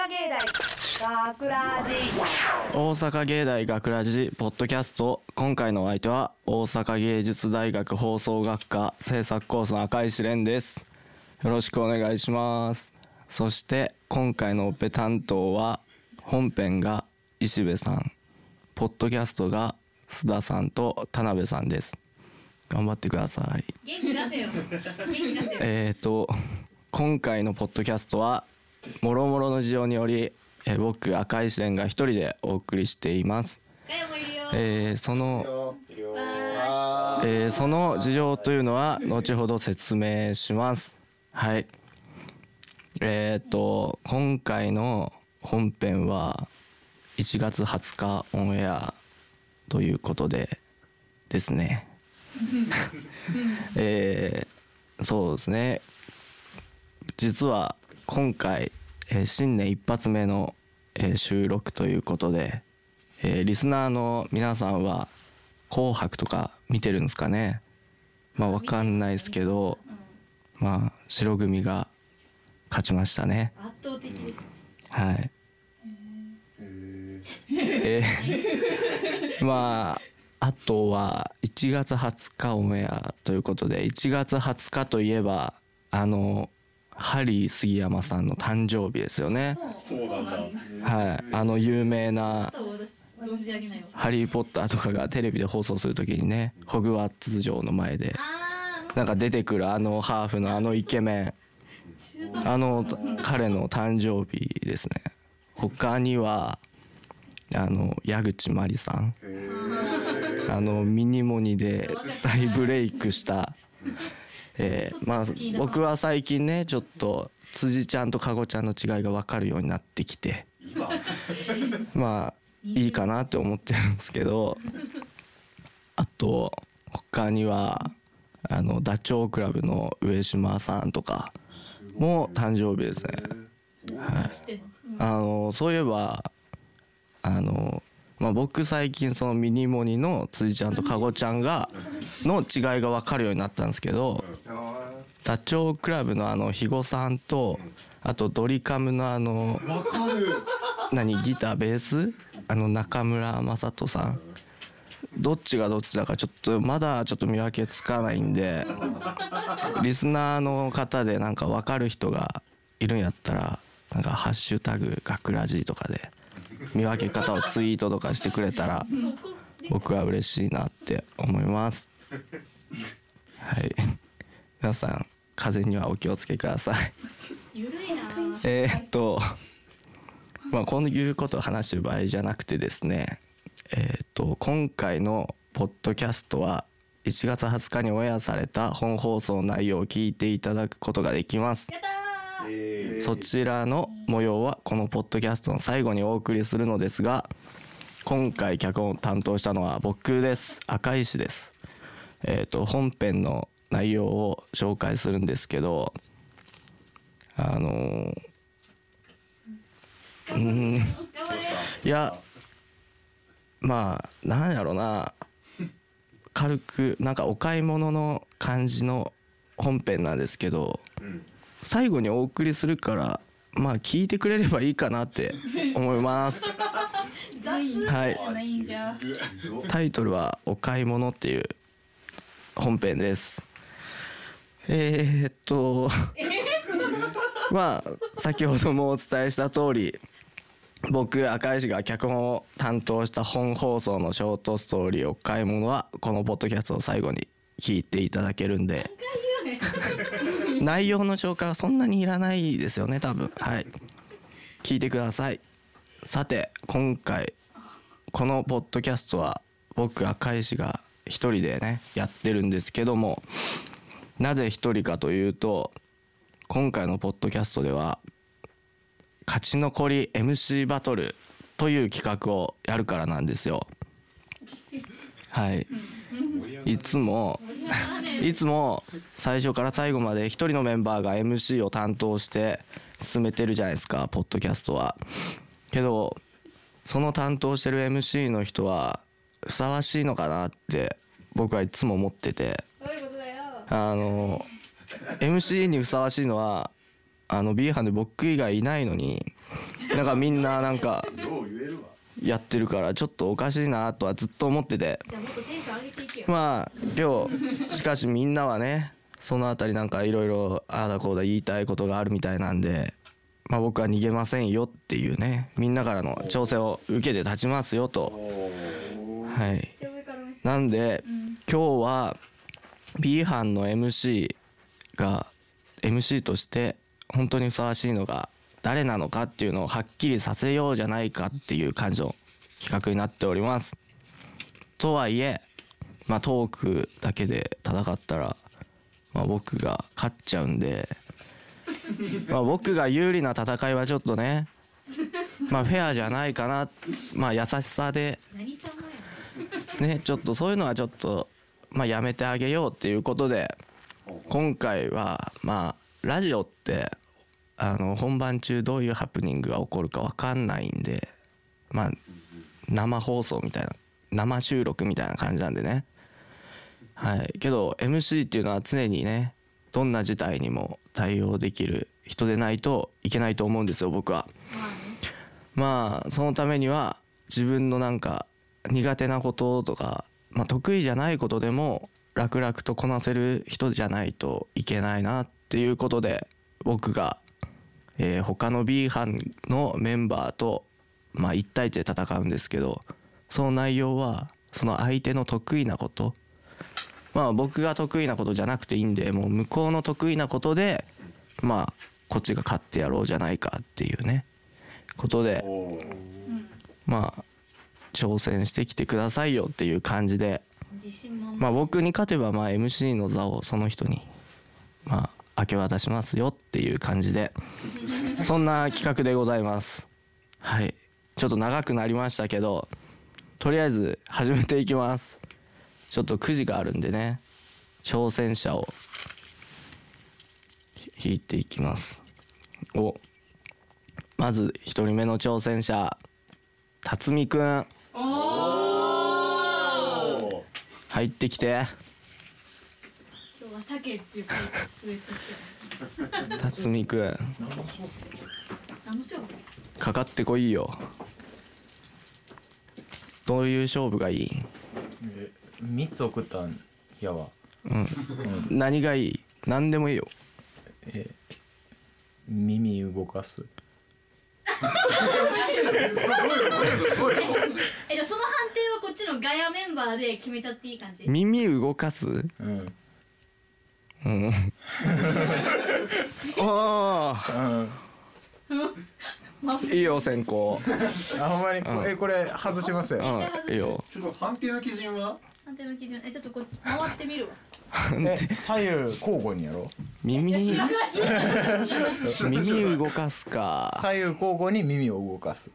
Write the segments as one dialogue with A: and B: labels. A: 大学ラジ
B: 大阪芸大学ラジポッドキャスト今回のお相手は大阪芸術大学放送学科制作コースの赤石蓮ですよろしくお願いしますそして今回のオペ担当は本編が石部さんポッドキャストが須田さんと田辺さんです頑張ってください
C: 元気出せよ。元気出せよ。
B: えー、と今回のポッドキャストはもろもろの事情により、えー僕赤石蓮が一人でお送りしています、
C: かよもいるよ。
B: えーその、
C: わー
B: えーその事情というのは後ほど説明しますはいえー、と今回の本編は1月20日オンエアということでですね えーそうですね実は今回、えー新年一発目の、えー収録ということで、えーリスナーの皆さんは「紅白」とか見てるんですかねまあわかんないですけどまあ白組が勝ちましたね
C: 圧倒的でした。
B: はいえー まああとは1月20日オンエアということで1月20日といえばあのハリー杉山さんの誕生日ですよね
C: そうそうなんだ。
B: はいあの有名な
C: あ私存じ上げないよ。
B: 「ハリー・ポッター」とかがテレビで放送する時にねホグワーツ城の前で
C: あーあ
B: なんか出てくるあのハーフのあのイケメン
C: の中途
B: あの彼の誕生日ですね他にはあの矢口真理さんあのミニモニで大ブレイクした、えーまあ僕は最近ねちょっと辻ちゃんとかごちゃんの違いが分かるようになってきてまあいいかなって思ってるんですけどあと他にはあのダチョウ倶楽部の上島さんとかも誕生日ですね。
C: してんの。
B: あのそういえばあの、まあ、僕最近そのミニモニの辻ちゃんとかごちゃんがの違いが分かるようになったんですけどダチョウ倶楽部のあの肥後さんとあとドリカムのあの
D: わかる。
B: 何ギターベースあの中村雅人さんどっちがどっちだかちょっとまだちょっと見分けつかないんでリスナーの方でなんか分かる人がいるんやったらなんか「ハッシュタグ学ラジ」とかで見分け方をツイートとかしてくれたら
C: そこで
B: 僕は嬉しいなって思いますはい皆さん風邪にはお気をつけください
C: ゆるいなー。
B: えーっとまあこういうことを話してる場合じゃなくてですねえーっと今回のポッドキャストは1月20日にオンエアされた本放送の内容を聞いていただくことができます
C: やったー。
B: そちらの模様はこのポッドキャストの最後にお送りするのですが今回脚本を担当したのは僕です赤石ですえっ、と本編の内容を紹介するんですけどあのー
C: 頑張れ。
B: いやまあなんやろな軽くなんかお買い物の感じの本編なんですけど、最後にお送りするからまあ聞いてくれればいいか なって思います。
C: 雑。
B: はい、
C: ないんじゃ。
B: タイトルは「お買い物」っていう本編です。えー、っ とまあ先ほどもお伝えした通り僕赤石が脚本を担当した本放送のショートストーリー「お買い物」はこのポッドキャストを最後に聞いていただけるんで内容の紹介はそんなにいらないですよね多分はい聞いてくださいさて今回このポッドキャストは僕赤石が一人でねやってるんですけどもなぜ一人かというと今回のポッドキャストでは勝ち残り MC バトルという企画をやるからなんですよ。はい、いつもいつも最初から最後まで一人のメンバーが MC を担当して進めてるじゃないですかポッドキャストは。けどその担当してる MC の人はふさわしいのかなって僕はいつも思ってて
C: そういうことだよ。
B: あの MC にふさわしいのはあの B 班で僕以外いないのになんかみんななんか
A: よう言えるわ
B: やってるからちょっとおかしいなとはずっと思ってて
D: じゃあもっとテンション上げていけよ。
B: まあ今日しかしみんなはねそのあたりなんかいろいろああだこうだ言いたいことがあるみたいなんで、まあ、僕は逃げませんよっていうねみんなからの調整を受けて立ちますよ
A: お
B: と。
A: お
B: はい、
D: 一応上から目線。
B: なんで
C: うん
B: 今日は B 班の MC が MC として本当にふさわしいのが誰なのかっていうのをはっきりさせようじゃないかっていう感じの企画になっております。とはいえ、まあ、トークだけで戦ったら、まあ、僕が勝っちゃうんで、まあ、僕が有利な戦いはちょっとね、まあ、フェアじゃないかな、まあ、優しさで
D: 何様や
B: ねちょっとそういうのはちょっとまあやめてあげようっていうことで今回はまあラジオってあの本番中どういうハプニングが起こるかわかんないんでまあ生放送みたいな生収録みたいな感じなんでねはいけど MC っていうのは常にねどんな事態にも対応できる人でないといけないと思うんですよ僕は。
D: な。まあね。
B: まあそのためには自分のなんか苦手なこととか、まあ、得意じゃないことでも楽々とこなせる人じゃないといけないなっていうことで僕が、えー他の B 班のメンバーと、まあ、一対一で戦うんですけどその内容はその相手の得意なことまあ僕が得意なことじゃなくていいんでもう向こうの得意なことでまあこっちが勝ってやろうじゃないかっていうねことで
A: おー
B: まあ挑戦してきてくださいよっていう感じで、
D: 自信満々。
B: まあ、僕に勝てばまあ MC の座をその人にまあ明け渡しますよっていう感じでそんな企画でございますはいちょっと長くなりましたけどとりあえず始めていきますちょっとくじがあるんでね挑戦者を引いていきますおまず1人目の挑戦者辰巳くん
A: お
B: 入ってきて
D: 今日は鮭っていうか据えてきて
B: 辰巳くん
D: 何の勝負
B: かかってこいよどういう勝負がいい、
E: え三つ送ったんやわ
B: うん、何がいい何でもいいよ
E: え耳動かす
D: えじゃあその判定はこっちのガヤメンバーで決めちゃっていい感じ
B: 耳動かす
E: うんう
B: う
E: ん
B: ん おー
E: あ
B: いいよ先行
E: ほんまにこえこれ外しますよ
B: うんいいよ
A: ちょっと判定の基準は
D: 判定の基準えちょっとこう回ってみ るわ
E: え左右交互にやろう
B: 耳
D: ない
B: 耳動かすか
E: 左右交互に耳を動かす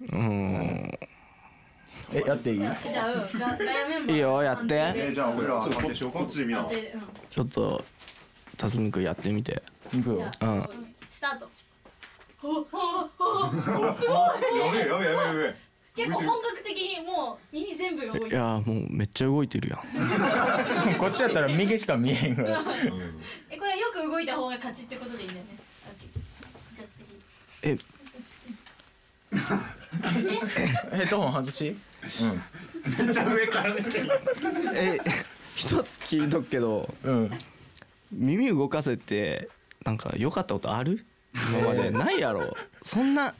B: うん
E: えやっていい
D: じゃあ、うん、ガガヤメンバー
B: いいよやって
D: 判定
A: え
D: で
A: ーじゃあ俺らは判定しようかこっちで見な
D: 判定で
B: ちょっと辰巳くんやってみて
E: いく
D: うんじ
E: よ
D: ゃあ
B: うん
D: スタートほほ
A: やべえやべえやべえやべえ
D: 結構本格的にもう耳全部が動い
B: い
D: てる
B: やもうめっちゃ動いてるやん
E: こっちやったら右しか見えへんぐらい
D: えこれはよく動いた方が勝ちってことでいいんだよねオッケーじゃあ次
B: え
E: ヘッドホン外し
A: めっちゃ上からですよ
B: え 一つ聞いとくけど
E: うんうん
B: 耳動かせてなんか良かったことある今まで ないやろそんな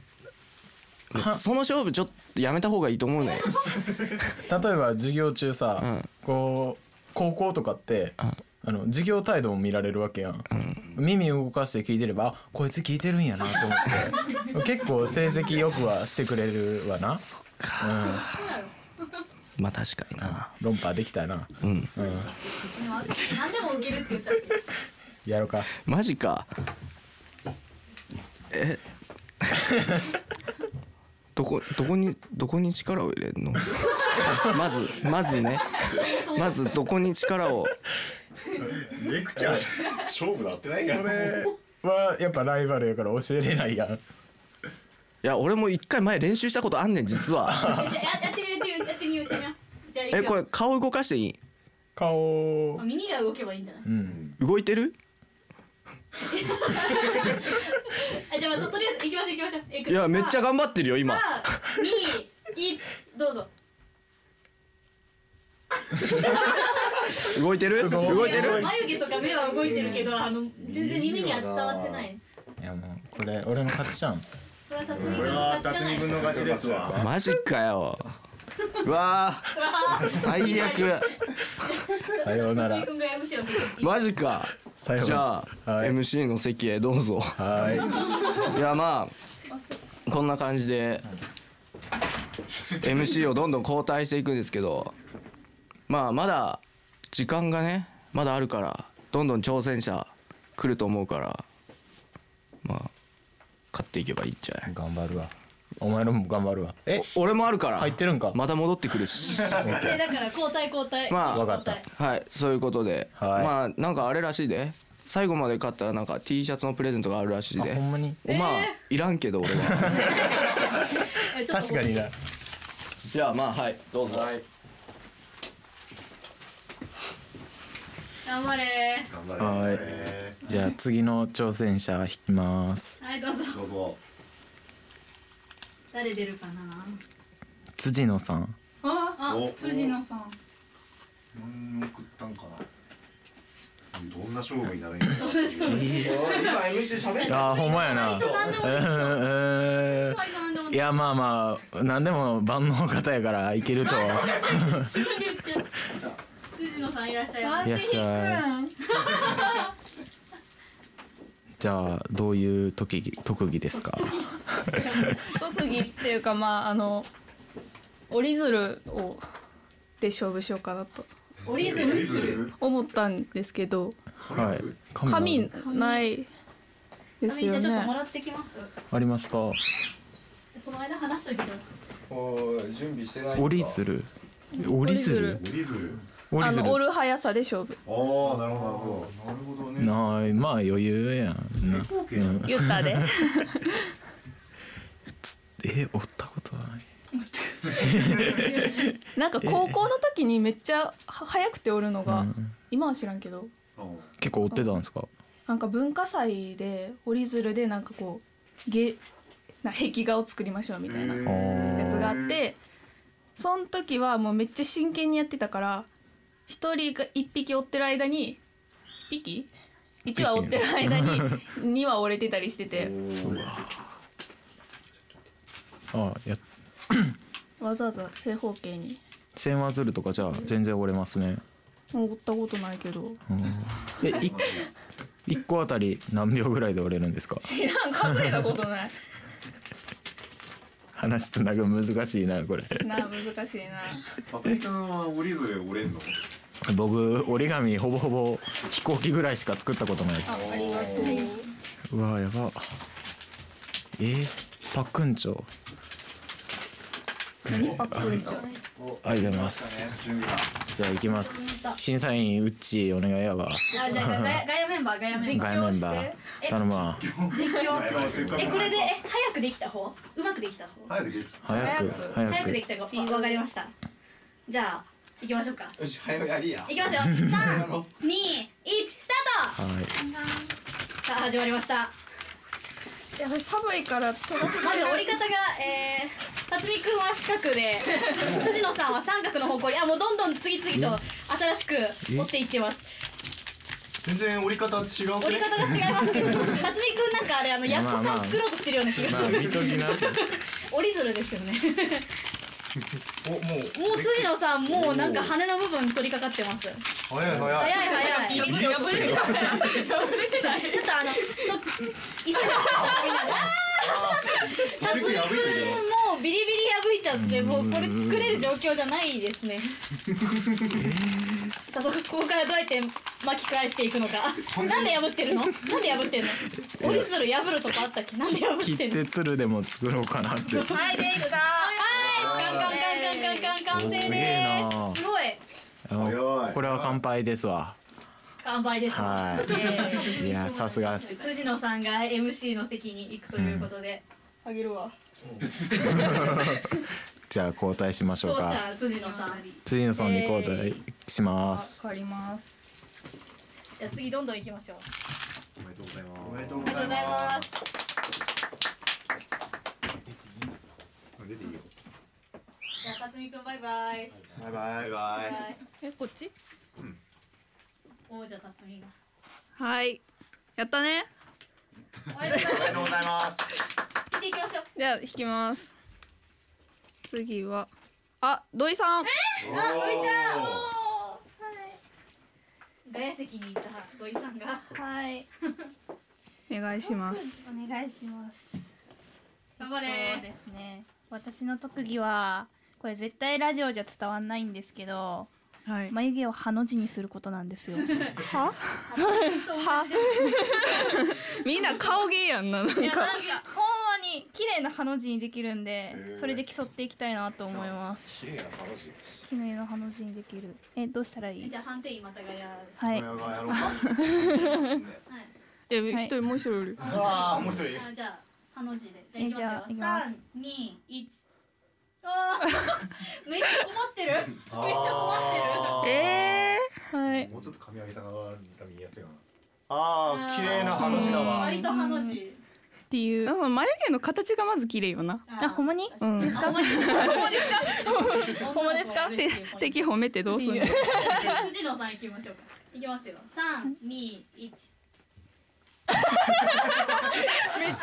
B: その勝負ちょっとやめた方がいいと思うね
E: 例えば授業中さ、
B: うん
E: こう高校とかって、
B: ん
E: あの授業態度も見られるわけやん、耳動かして聞いてればあこいつ聞いてるんやなと思って結構成績よくはしてくれるわな
B: まあ確かにな
E: 論破できたな、
B: うん
E: うん、
D: でも私何でも受けるって言ったし
E: やろうか
B: マジかえ どこどこにどこに力を入れるの まずまずねまずどこに力を
A: レクチャー勝負なってないやん
E: これはやっぱライバルやから教えれないやん
B: いや俺も一回前練習したことあんねん実 は
D: じゃあややってみようやってみようやってみようやってみようじゃあいくよ
B: えこれ顔動かしていい
E: 顔
D: あ耳が動けばいいんじゃない
E: うん
B: 動いてる
D: あじゃあまあとりあえず行きましょう行きましょうえく
B: いやめっちゃ
D: さ
B: 頑張ってるよ今
D: あ二一どうぞ
B: 動いてる動いてる
D: 眉毛とか目は動いてるけどあの全然耳には伝わってない
E: いやもうこれ俺の勝ちじゃん
D: これは辰巳
A: こ
D: 君
A: れ
D: の
A: は
D: 勝ち
A: 辰
D: じゃない
A: 巳君の勝ちですわ
B: マジかようわー最悪
E: さようなら
D: 辰巳君が MC を振って
B: マジか
E: さよう
B: じゃ
E: な
B: あ、
E: はい
B: MC の席へどうぞ
E: らはい
B: いやまあこんな感じで MC をどんどん交代していくんですけどまあまだ時間がねまだあるからどんどん挑戦者来ると思うからまあ勝っていけばいいんじゃない
E: 頑張るわお前のも頑張るわえ
B: お俺もあるから
E: 入ってるんか
B: また戻ってくるし
D: えだから交代交代
B: まあ
E: わかった
D: 交代
B: はいそういうことで、
E: はい
B: まあなんかあれらしいで最後まで勝ったらなんか T シャツのプレゼントがあるらしい
E: あ
B: で
E: ほんまに
B: まあいらんけど俺は。
D: えちょっと
E: 確かにな
B: じゃあまあはいどうぞ、
D: 頑張れ
A: 頑張れ、え
E: じゃあ次の挑戦者引きます
D: はいどうぞ
A: ーどうぞ
D: 誰出るかな
E: 辻野さん
C: あ
D: あ
A: お
C: 辻野さん
A: 何送ったんかなどんな勝負になるんやろう
B: 今 MC しゃべ
E: いやーほんまやな
D: 割と何でも
E: う
D: できそう
E: ーん
D: 割と何でも
E: いやまあまあ何でも万能方やからいけると
D: 自分で言っちゃう辻野さんいらっしゃいま
E: いらっしゃいじゃあどういう特技特技ですか
F: 特技っていうかまああの折り鶴をで勝負しようかなと
D: す折り鶴
F: 思ったんですけど
E: はい
F: 紙ないです
D: じゃ
F: よ
D: あちょっとも
F: ね
D: らってきます
E: ありますか
D: その間話しといて
B: 準備してない
E: 折り鶴折り鶴
A: 折り鶴
E: 折
F: あ
E: り
F: の
E: 鶴
F: 折る速さで勝負
A: ああなるほどなるほどなるほどね
E: ないまあ余裕やんな
A: 正方形なの
F: 言ったで
E: え折ったことない
F: なんか高校の時にめっちゃは速くて折るのが、
E: うん
F: 今は知らんけど
E: 結構折ってたんですか
F: なんか文化祭で折り鶴でなんかこうげな壁画を作りましょうみたいな
A: へ
F: や
A: ー
F: つがあってその時はもうめっちゃ真剣にやってたから一人が一匹折ってる間に一匹一羽折ってる間に二羽折れてたりして て
E: あや
F: わざわざ正方形に
E: 線はずるとかじゃあ全然折れますね
F: 折ったことないけど
E: えい一個あたり何秒ぐらいで折れるんですか
F: 知らん数えたことない
E: 話すとなんか難しいなこれ
F: なあ難しいな
A: あさみちゃんは折り鶴折れんの
E: 僕折り紙ほぼほぼ飛行機ぐらいしか作ったことないです
F: あありがとう
E: うわやばえー、パックンチョ
F: あこんにちは
E: ありがとうございます
A: 準備が
E: じゃあ行きます審査員ウッチーお願いやわ
D: あじゃあガヤガヤメンバーガヤメンバー
E: ガイメンバー頼むわ
D: 実況
A: やばいせっかく
D: えこれでえ早くできた方うまくできた方
A: 早くできた
E: 早く
F: 早く
E: 早
D: 早くで
E: く
D: きた方わかりましたじゃあ行きましょうか
B: よし早やりや
D: いきますよ三二一スター
E: はい
D: トさあ始まりました
F: やばい寒いからとろ
D: まず折り方がえー辰巳君は四角で辻野さんは三角の方向にあもうどんどん次々と新しく折っていってます
A: 全然折り方違う
D: 折り
A: ね
D: 方が違いますけど辰巳君なんかあれあのやっこさん作ろうとしてるような気がする
E: 見ときな
D: 折り鶴ですよね
A: おもう
D: もう辻野さんもうなんか羽の部分取り掛かってます
A: 早い早い
D: 早い早いちょっと
F: 破れてた
D: あのそ急いで辰巳
A: 折り鶴破いてるよ
D: もうビリビリ破いちゃってもうこれ作れる状況じゃないですね さあそこここからどうやって巻き返していくのかなんで破ってるのなんで破ってんの折り鶴破るとかあったっけなんで破
E: 切
D: って
E: っ
D: んの
E: て鶴でも作ろうかなって
F: はいできた
D: はいカンカンカンカンカンカン完成
E: すげえ
D: で
E: な
D: すすごい
E: あの
A: 早い
E: これは乾杯ですわ
D: 乾杯です
E: はいいやさすがです
D: 辻野さんが MC の席に行くということで、
F: あげるわ
E: じゃあ交代しましょう
D: 勝
E: か
D: 者辻野さん
E: 辻野さんに交代しま
F: あ
E: す
F: 変わります
D: じゃあ次どんどん行きましょう
A: おめでとうございます。おめで
D: ありがとうございます。
A: 出ていいよ。
D: じゃあ辰巳くんバイバイ。
A: バイバイ。
D: バ
A: バ
D: イ
A: イ
D: バイ。
F: えこっち
D: 王女辰巳が。
F: はいやったね
D: おめでとうございま
A: おめでとうございます。
D: す。見ていきましょう。
F: じゃあ引きます次はあ土井さん
D: あ、お
A: お
D: いちゃん。
A: ー
D: はい。ガヤ席にいた土井さんが。
G: はい。
F: お願いします
G: お願いします。
D: 頑張
G: そう
D: れ。
G: ですね。私の特技は、これ絶対ラジオじゃ伝わんないんですけど、
F: はい
G: 眉毛をハの字にすることなんですよ。
F: ははみんな顔芸や んななん
G: いや
F: か
G: なんかほんまに綺麗なハの字にできるんで
A: へー、
G: それで競っていきたいなと思います。
A: 綺麗な楽しい。
G: 綺麗なハの字にできる。えどうしたらいい
D: じ？ゃあ判定員またガヤ。
G: はい。
A: や
G: は
A: ばいやろうか。
D: はい。
F: え一人もう一人おる
A: ああもう一人。
D: あじゃあハの字で。じゃあ行き
G: えじゃあ
D: ますよ。三二一。あーめっちゃ困ってる。めっちゃ困ってる。
F: え
G: い。
A: もうちょっと髪上げた方が見えやすいかな。ああ綺麗なハの字だわ。
D: 割とハの字。
G: ってい
F: ー、
G: う。
F: その眉毛の形がまず綺麗よな
G: あほんまに？
F: うん
D: あほんまですか。
G: ほんまですか
D: 女の子は
F: て
D: 嬉しいよ
F: 敵褒めてどうすんの
D: 藤野さん行きましょうか。行きますよ。三二一。
G: めっちゃめっちゃ眉間に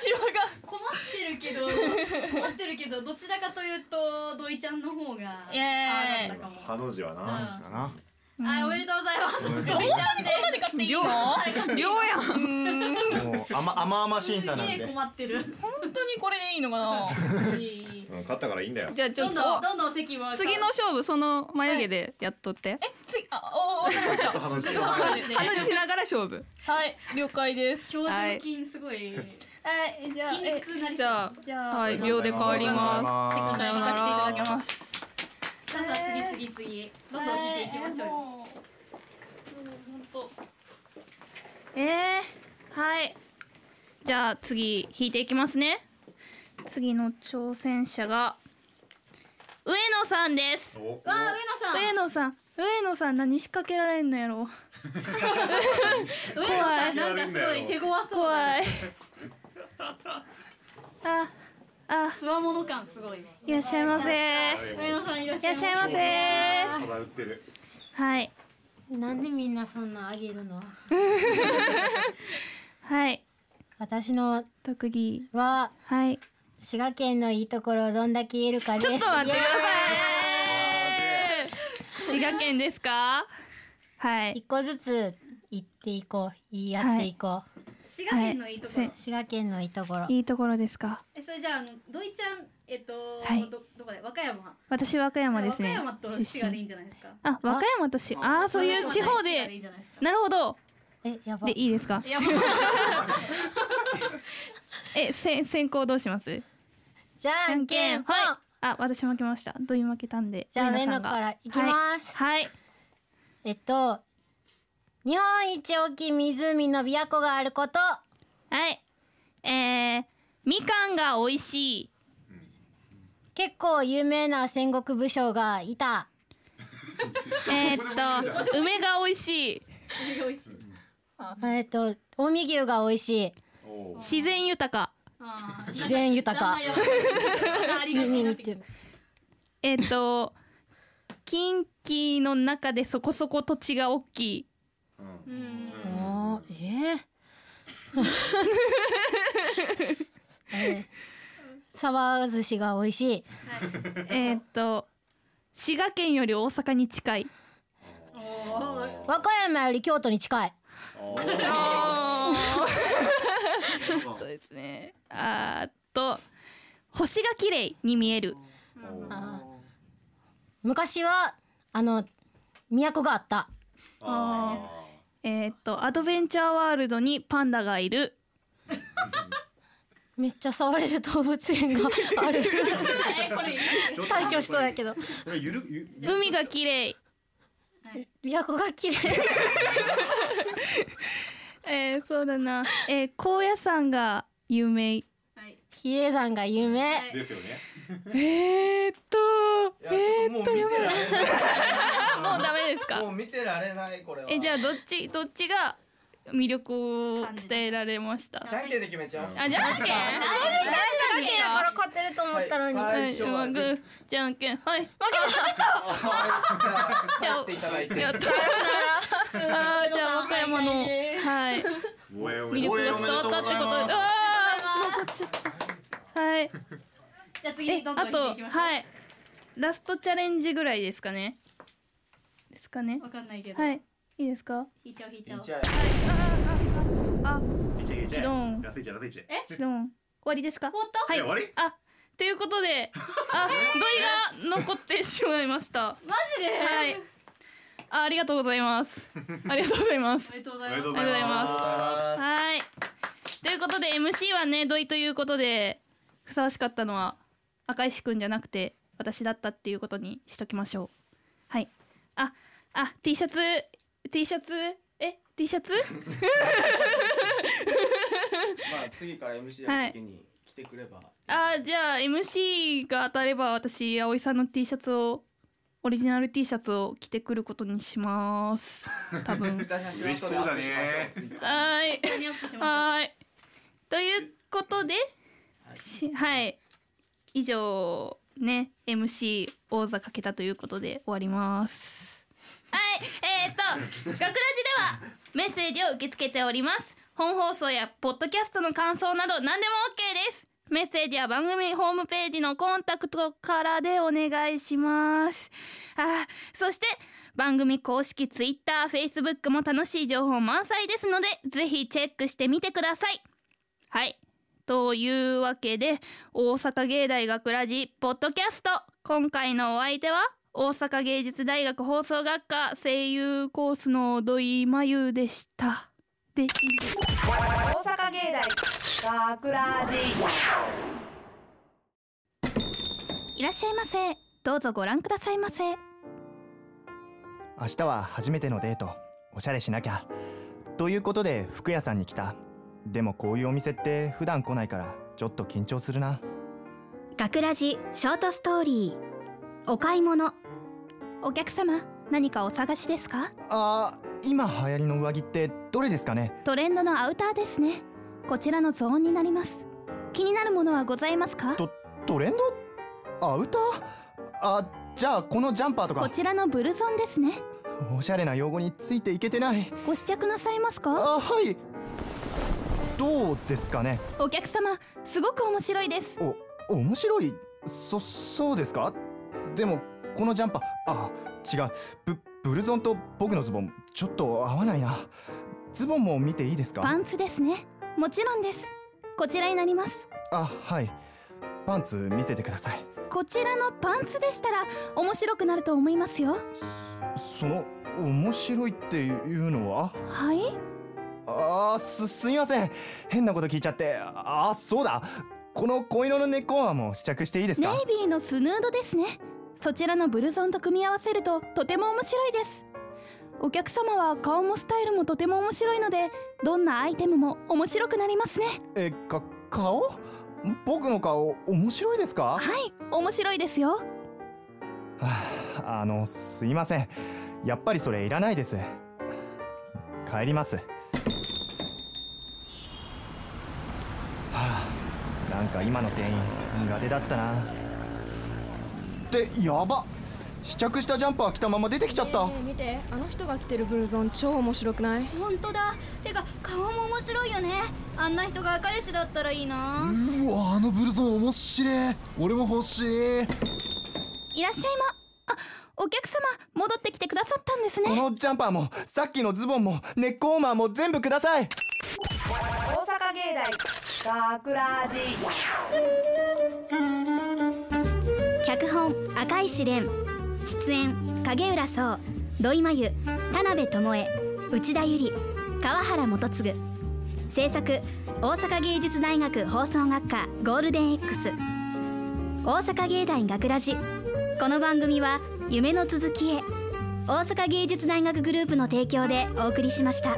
G: シワが。
D: 困ってるけど、困ってるけど、どちらかというと、土井ちゃんの方が。
G: イエーイ
D: あーだったかも。
A: ハの字は
D: うん
A: な。な。
D: はい、おめでとうございます。
A: おめで
D: 土井ちゃんで
G: で買っていい
F: 量
G: の？本
F: 量やん
A: もう甘甘々審査なん
D: すげえ
A: で。
D: 困ってる。
G: 当にこれでいいのかな？
D: いいいい
A: うん勝ったからいいんだよ。
F: じゃあち
D: ど
F: ょっ
D: ん
F: と
D: どん、どんどん席は。
F: お次の勝負その眉毛でやっとって、
G: え次あおおわかりました。
A: ハの字。
D: そうですね
F: 鼻血しながら勝負
G: はい了解です。
D: 表情筋すごい。
G: はいじゃあ
D: 筋肉痛になり
F: じ
D: そう。
F: ゃあ
G: じゃあ
F: はい秒で変わり
G: お
F: ま
G: 答えをさせていただきます。
D: さあさあ、次、次、次。どんどん引いていきましょうよ。
G: ええー、はいじゃあ次引いていきますね次の挑戦者が上野さんです
A: お
D: わあ、上野さ
G: 上野さ
D: ん。
G: ん上野さん何仕掛けられんのやろ
D: 上野さん、なんかすごい手強そう。
G: 怖いああ
D: つわもの感すごいね。
G: いらっしゃいませい
D: 上野さんいらっしゃ
G: らっ
D: いま
G: し
D: せ
G: ゃいませ
A: 肌打ってる。
G: はい
H: なんでみんなそんなあげるの
G: はい
H: 私の
G: 特技
H: は
G: はい
H: 滋賀県のいいところをどんだけ言えるかです
F: ちょっと待ってくださ
G: 滋賀県ですかは
H: イエーイ
G: い
H: 一個ずつ言っていこう言い合っていこう、
D: 滋賀県のいいところ。
G: はい
H: 滋賀県のいいところ
G: いいところですか
D: え、それじゃあ、あの、土井ちゃん、えっと、
G: はい
D: ど、どこで、和歌山。
G: 私和歌山ですね。
D: 和歌山と滋賀でいいんじゃないですか。
G: あ、和歌山とし、あー、そういう地方
D: 和歌山と滋賀いい
G: で。
D: んじゃないですか。
G: なるほど。
H: えやば
G: で、いいですか。
D: いや、もう、
G: え、せん、先行どうします。
H: じゃんけんぽん
G: はい。あ、私負けました。土井負けたんで。
H: じゃあ
G: 上
H: 上
G: 野さ
H: 野
G: んが
H: からいきます、
G: はい。はい。
H: えっと日本一大きい湖の琵琶湖があること
G: はい。えー、みかんが美味しい。
H: 結構有名な戦国武将がいた
G: えーっ と、梅が美味しい。
H: えっと近江牛が美味しい
A: おー
G: 自然豊か。
D: あー
H: 自然豊
D: だんだ
H: か
D: んやばいありがちになってきた
G: えーっと。近畿の中でそこそこ土地が大きい。
A: うん
D: うん。
H: おーえー えー、サワー寿司が美味しい
G: えーっと。滋賀県より大阪に近い。
H: 和歌山より京都に近い
G: そうですね。あーっと星が綺麗に見える。
H: あー昔はあの都があった
A: あ
G: えーっとアドベンチャーワールドにパンダがいる。
H: めっちゃ触れる動物園がある
D: え、これ、
A: ーちょっと
H: 退去しそうやけど
A: これゆるゆ
G: 海が綺麗。
H: 琵琶湖が綺麗
G: えー、そうだな。えー、高野山が有名。
D: はい。
H: 比叡山が有名
A: ですよね。
G: えー、っと
E: いやちょっともう見てられない
G: あもうダメです
E: も
G: か。
E: う見てられないこれは
G: えじゃあどっちどっちが魅力を伝えられました。
E: じゃんけんで決めちゃう
G: あじゃんけん。
H: だけだから勝てると思ったのに。
G: は
E: 最
G: い、
E: 初は
G: うま
E: グー
G: くじゃんけん、はい、負け
E: じゃあ
G: ゃあ
E: 勝っていただいて
G: やった。あーじゃあ和歌山 の、はい、
A: おえお
G: 魅
A: えおえ
G: 力が
A: おめ
G: 伝
A: で
G: わっ
A: とう
G: たって
A: ござい
G: こと。
A: ます
G: ああ、残っちゃった。はい。
D: じゃあ次
G: え
D: どんど
G: あ
D: ん見てい
G: と
D: きましょう
G: はいラストチャレンジぐらいですかねですかね
D: わかんないけど、
G: はいいいですか
D: 引いちゃう引いちゃう
E: じゃあ
A: いっちゃえいっちゃえ
G: ドン
A: ラスイチラスイチえ
G: 質問終わりですか
D: 終わった
G: はい
A: 終わり
G: あということ であ土井が残ってしまいました
D: マジで、
G: はいあありがとうございますありがとうございます
D: おめでとうご
A: お
D: ざ
A: め
D: い
A: で
D: ます
A: とうございます
G: はいということで MC はね土井ということでふさわしかったのは赤石くんじゃなくて私だったっていうことにしときましょうはいああ T シャツ T シャツえ T シャツ
I: まあ次から MC やる時に来てくれば、
G: あじゃあ MC が当たれば私葵さんの T シャツをオリジナル T シャツを着てくることにします多分
A: 嬉しそうだね
G: はい
D: 一緒にアップしましょう
G: はい。ということで、しはい、以上ね MC 王座かけたということで終わります。はい、えー、っと「学ラジ」ではメッセージを受け付けております。本放送やポッドキャストの感想など何でも OK です。メッセージは番組ホームページのコンタクトからでお願いします。あーそして番組公式 TwitterFacebook も楽しい情報満載ですのでぜひチェックしてみてくださいはいというわけで大阪芸大学ラジポッドキャスト今回のお相手は大阪芸術大学放送学科声優コースの土井真由でしたでいいですか
J: 大阪芸大学ラジ
G: いらっしゃいませどうぞご覧くださいませ
K: 明日は初めてのデートおしゃれしなきゃということで服屋さんに来たでもこういうお店って普段来ないからちょっと緊張するな
H: 学ラジショートストーリー。お買い物。
G: お客様何かお探しですか
K: あー今流行りの上着ってどれですかね
G: トレンドのアウターですねこちらのゾーンになります気になるものはございますか
K: トレンドアウターあじゃあこのジャンパーと
G: こ
K: か
G: ちらのブルゾンですね
K: おしゃれな用語についていけてない
G: ご試着なさいますか
K: あはいどうですかね
G: お客様すごく面白いです
K: お面白いそそうですかでもこのジャンパーあ違うブブルゾンと僕のズボンちょっと合わないなズボンも見ていいです
G: パ
K: か
G: ンツですねもちろんですこちらになります
K: あはいパンツ見せてください
G: こちらのパンツでしたら面白くなると思いますよ
K: その面白いっていうのは
G: はい
K: あーすすいません変なこと聞いちゃってあそうだこの紺色のネックオーマーも試着していいです
G: ネ
K: か
G: イビーのスヌードですねそちらのブルゾンと組み合わせるととても面白いですお客様は顔もスタイルもとても面白いのでどんなアイテムも面白くなりますね
K: えか顔僕の顔面白いですか
G: はい面白いですよ
K: はああのすいませんやっぱりそれいらないです帰りますはあなんか今の店員苦手だったなってやば試着したジャンパー着たまま出てきちゃった、
J: 見てあの人が着てるブルゾン超面白くない
H: 本当だ。てか顔も面白いよね。あんな人が彼氏だったらいいな。
K: うわあのブルゾン面白い俺も欲しい
G: いらっしゃいまあお客様戻ってきてくださったんです
K: こ
G: ね
K: のジャンパーもさっきのズボンもネックウォーマーも全部ください
J: 大阪芸大学ラジ
H: 脚本赤石蓮出演影浦壮土井真由田辺智恵内田由里川原元次制作大阪芸術大学放送学科ゴールデン X 大阪芸大学ラジこの番組は夢の続きへ大阪芸術大学グループの提供でお送りしました。